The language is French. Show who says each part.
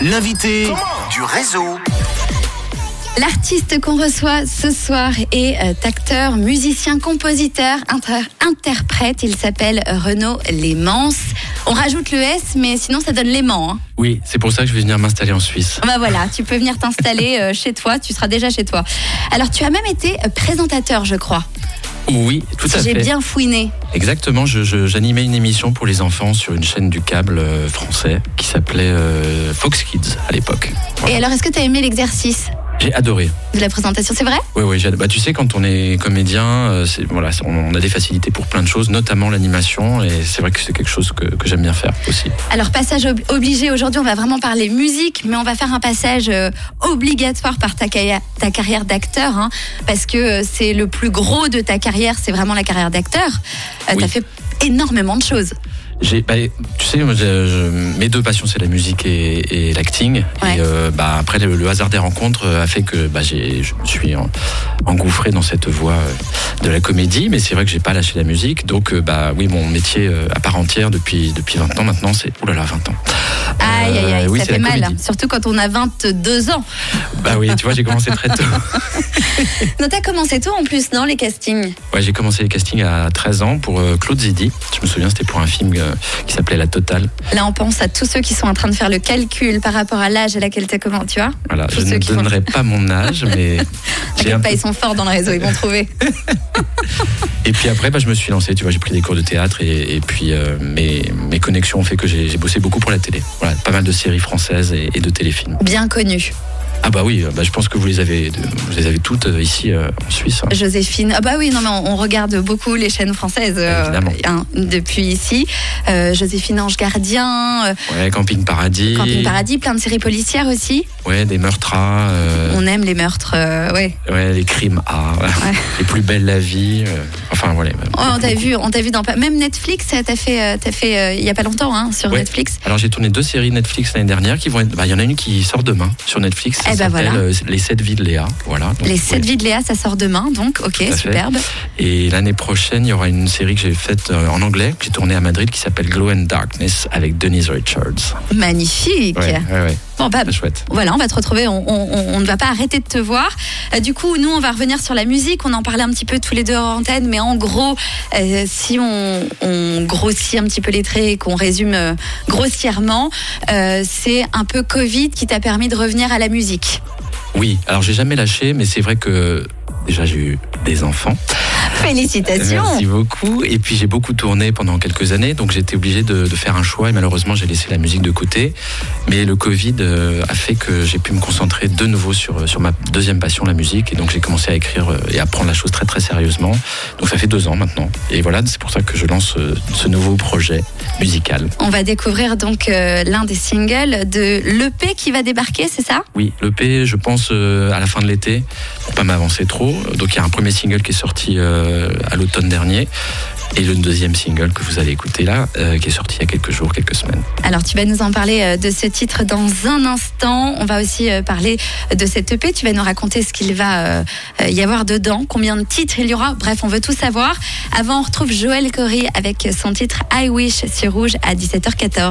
Speaker 1: l'invité du réseau.
Speaker 2: L'artiste qu'on reçoit ce soir est euh, acteur, musicien, compositeur, inter- interprète. Il s'appelle euh, Renaud Lémans. On rajoute le S, mais sinon ça donne Léman. hein.
Speaker 3: Oui, c'est pour ça que je vais venir m'installer en Suisse.
Speaker 2: Ah Bah voilà, tu peux venir t'installer euh, chez toi, tu seras déjà chez toi. Alors tu as même été euh, présentateur, je crois.
Speaker 3: Oui, tout
Speaker 2: Si
Speaker 3: à
Speaker 2: J'ai
Speaker 3: fait.
Speaker 2: bien fouiné.
Speaker 3: Exactement, je- je- j'animais une émission pour les enfants sur une chaîne du câble euh, français qui s'appelait euh, Fox Kids à l'époque.
Speaker 2: Et
Speaker 3: Voilà.
Speaker 2: alors, est-ce que tu as aimé l'exercice
Speaker 3: J'ai adoré.
Speaker 2: de la présentation C'est vrai
Speaker 3: Oui, oui, j'ai adoré. Bah, tu sais, quand on est comédien, euh, c'est- voilà, c'est- on, on a des facilités pour plein de choses, notamment l'animation, et c'est vrai que c'est quelque chose que, que j'aime bien faire aussi.
Speaker 2: Alors, passage ob- obligé aujourd'hui, on va vraiment parler musique, mais on va faire un passage euh, obligatoire par ta, carrière- ta carrière d'acteur, hein, parce que euh, c'est le plus gros de ta carrière, c'est vraiment la carrière d'acteur. Euh,
Speaker 3: Oui.
Speaker 2: T'as fait énormément de choses.
Speaker 3: J'ai, bah, tu sais, moi, je- je- mes deux passions, c'est la musique et, et l'acting.
Speaker 2: Ouais.
Speaker 3: Et euh, bah, après, le, le hasard des rencontres euh, a fait que bah, j'ai, je me suis en- engouffré dans cette voie euh, de la comédie. Mais c'est vrai que j'ai pas lâché la musique. Donc, euh, bah, oui, mon métier euh, à part entière depuis depuis 20 ans maintenant, c'est oh oulala, 20 ans.
Speaker 2: Aïe, aïe, aïe,
Speaker 3: Ah, bah, oui,
Speaker 2: ça
Speaker 3: c'est
Speaker 2: fait
Speaker 3: la
Speaker 2: mal,
Speaker 3: comédie.
Speaker 2: hein, surtout quand on a 22 ans.
Speaker 3: Bah oui, tu vois, j'ai commencé très tôt.
Speaker 2: Non, t'as commencé tôt en plus, non, les castings
Speaker 3: Ouais, j'ai commencé les castings à 13 ans pour euh, Claude Zidi. Je me souviens, c'était pour un film euh, qui s'appelait La Totale.
Speaker 2: Là, on pense à tous ceux qui sont en train de faire le calcul par rapport à l'âge à laquelle t'as comment, tu vois
Speaker 3: Voilà,
Speaker 2: Tous
Speaker 3: je
Speaker 2: ceux
Speaker 3: ne
Speaker 2: qui font-
Speaker 3: donnerai pas mon âge, mais j'ai
Speaker 2: T'inquiète
Speaker 3: un
Speaker 2: pas, ils sont forts dans le réseau, ils vont trouver.
Speaker 3: Et puis après, bah, je me suis lancé, tu vois, j'ai pris des cours de théâtre et, et puis euh, mes, mes connexions ont fait que j'ai j'ai bossé beaucoup pour la télé. Voilà, pas mal de séries françaises et, et de téléfilms.
Speaker 2: Bien connus.
Speaker 3: Ah bah oui, euh, bah, je pense que vous les avez, vous les avez toutes euh, ici euh, en Suisse. hein.
Speaker 2: Joséphine. Ah bah oui, non mais on, on regarde beaucoup les chaînes françaises euh,
Speaker 3: Évidemment.
Speaker 2: hein, depuis ici. Euh, Joséphine Ange Gardien, euh,
Speaker 3: Ouais, Camping Paradis.
Speaker 2: Camping Paradis, plein de séries policières aussi.
Speaker 3: Ouais, des meurtres à, euh,
Speaker 2: On aime les meurtres, euh, ouais.
Speaker 3: ouais, les crimes à, les plus belles la vie. euh, enfin voilà.
Speaker 2: Oh, on t'a vu, on t'a vu dans pas- même Netflix. euh, T'as fait, euh, t'as fait euh, il y a pas longtemps hein, sur
Speaker 3: Ouais.
Speaker 2: Netflix.
Speaker 3: Alors j'ai tourné deux séries Netflix l'année dernière qui vont être. bah, Il y en a une qui sort demain sur Netflix.
Speaker 2: Eh
Speaker 3: ça
Speaker 2: ben,
Speaker 3: s'appelle,
Speaker 2: voilà.
Speaker 3: euh, Les 7 vies de Léa. Voilà. Donc,
Speaker 2: Les
Speaker 3: vous
Speaker 2: 7
Speaker 3: pouvez-
Speaker 2: vies de Léa, ça sort demain, donc ok,
Speaker 3: fait.
Speaker 2: superbe.
Speaker 3: Et l'année prochaine, il y aura une série que j'ai faite euh, en anglais, que j'ai tournée à Madrid, qui s'appelle Glow and Darkness avec Denise Richards.
Speaker 2: Magnifique.
Speaker 3: ouais,
Speaker 2: Bon bah,
Speaker 3: ouais. Chouette.
Speaker 2: Voilà, on va te retrouver, on, on- on- on ne va pas arrêter de te voir. Euh, du coup, nous, on va revenir sur la musique, on en parlait un petit peu tous les deux en antenne, mais en gros, euh, si on, on grossit un petit peu les traits et qu'on résume euh, grossièrement, euh, c'est un peu Covid qui t'a permis de revenir à la musique.
Speaker 3: Oui, alors j'ai jamais lâché, mais c'est vrai que déjà j'ai eu des enfants.
Speaker 2: Félicitations
Speaker 3: Merci beaucoup. Et puis j'ai beaucoup tourné pendant quelques années, donc j'étais obligé de, de faire un choix et malheureusement j'ai laissé la musique de côté. Mais le Covid euh, a fait que j'ai pu me concentrer de nouveau sur, sur ma deuxième passion, la musique. Et donc j'ai commencé à écrire euh, et à prendre la chose très très sérieusement. Donc ça fait deux ans maintenant. Et voilà, c'est pour ça que je lance euh, ce nouveau projet musical.
Speaker 2: On va découvrir donc euh, l'un des singles de l'EP qui va débarquer, c'est ça
Speaker 3: Oui, l'EP, je pense, euh, à la fin de l'été, pour pas m'avancer trop. Donc il y a un premier single qui est sorti euh, à l'automne dernier, et le deuxième single que vous allez écouter là, euh, qui est sorti il y a quelques jours, quelques semaines.
Speaker 2: Alors tu vas nous en parler euh, de ce titre dans un instant. On va aussi euh, parler de cette EP. Tu vas nous raconter ce qu'il va euh, euh, y avoir dedans, combien de titres il y aura. Bref, on veut tout savoir. Avant, on retrouve Joël Cory avec son titre I Wish sur Rouge à 17h14.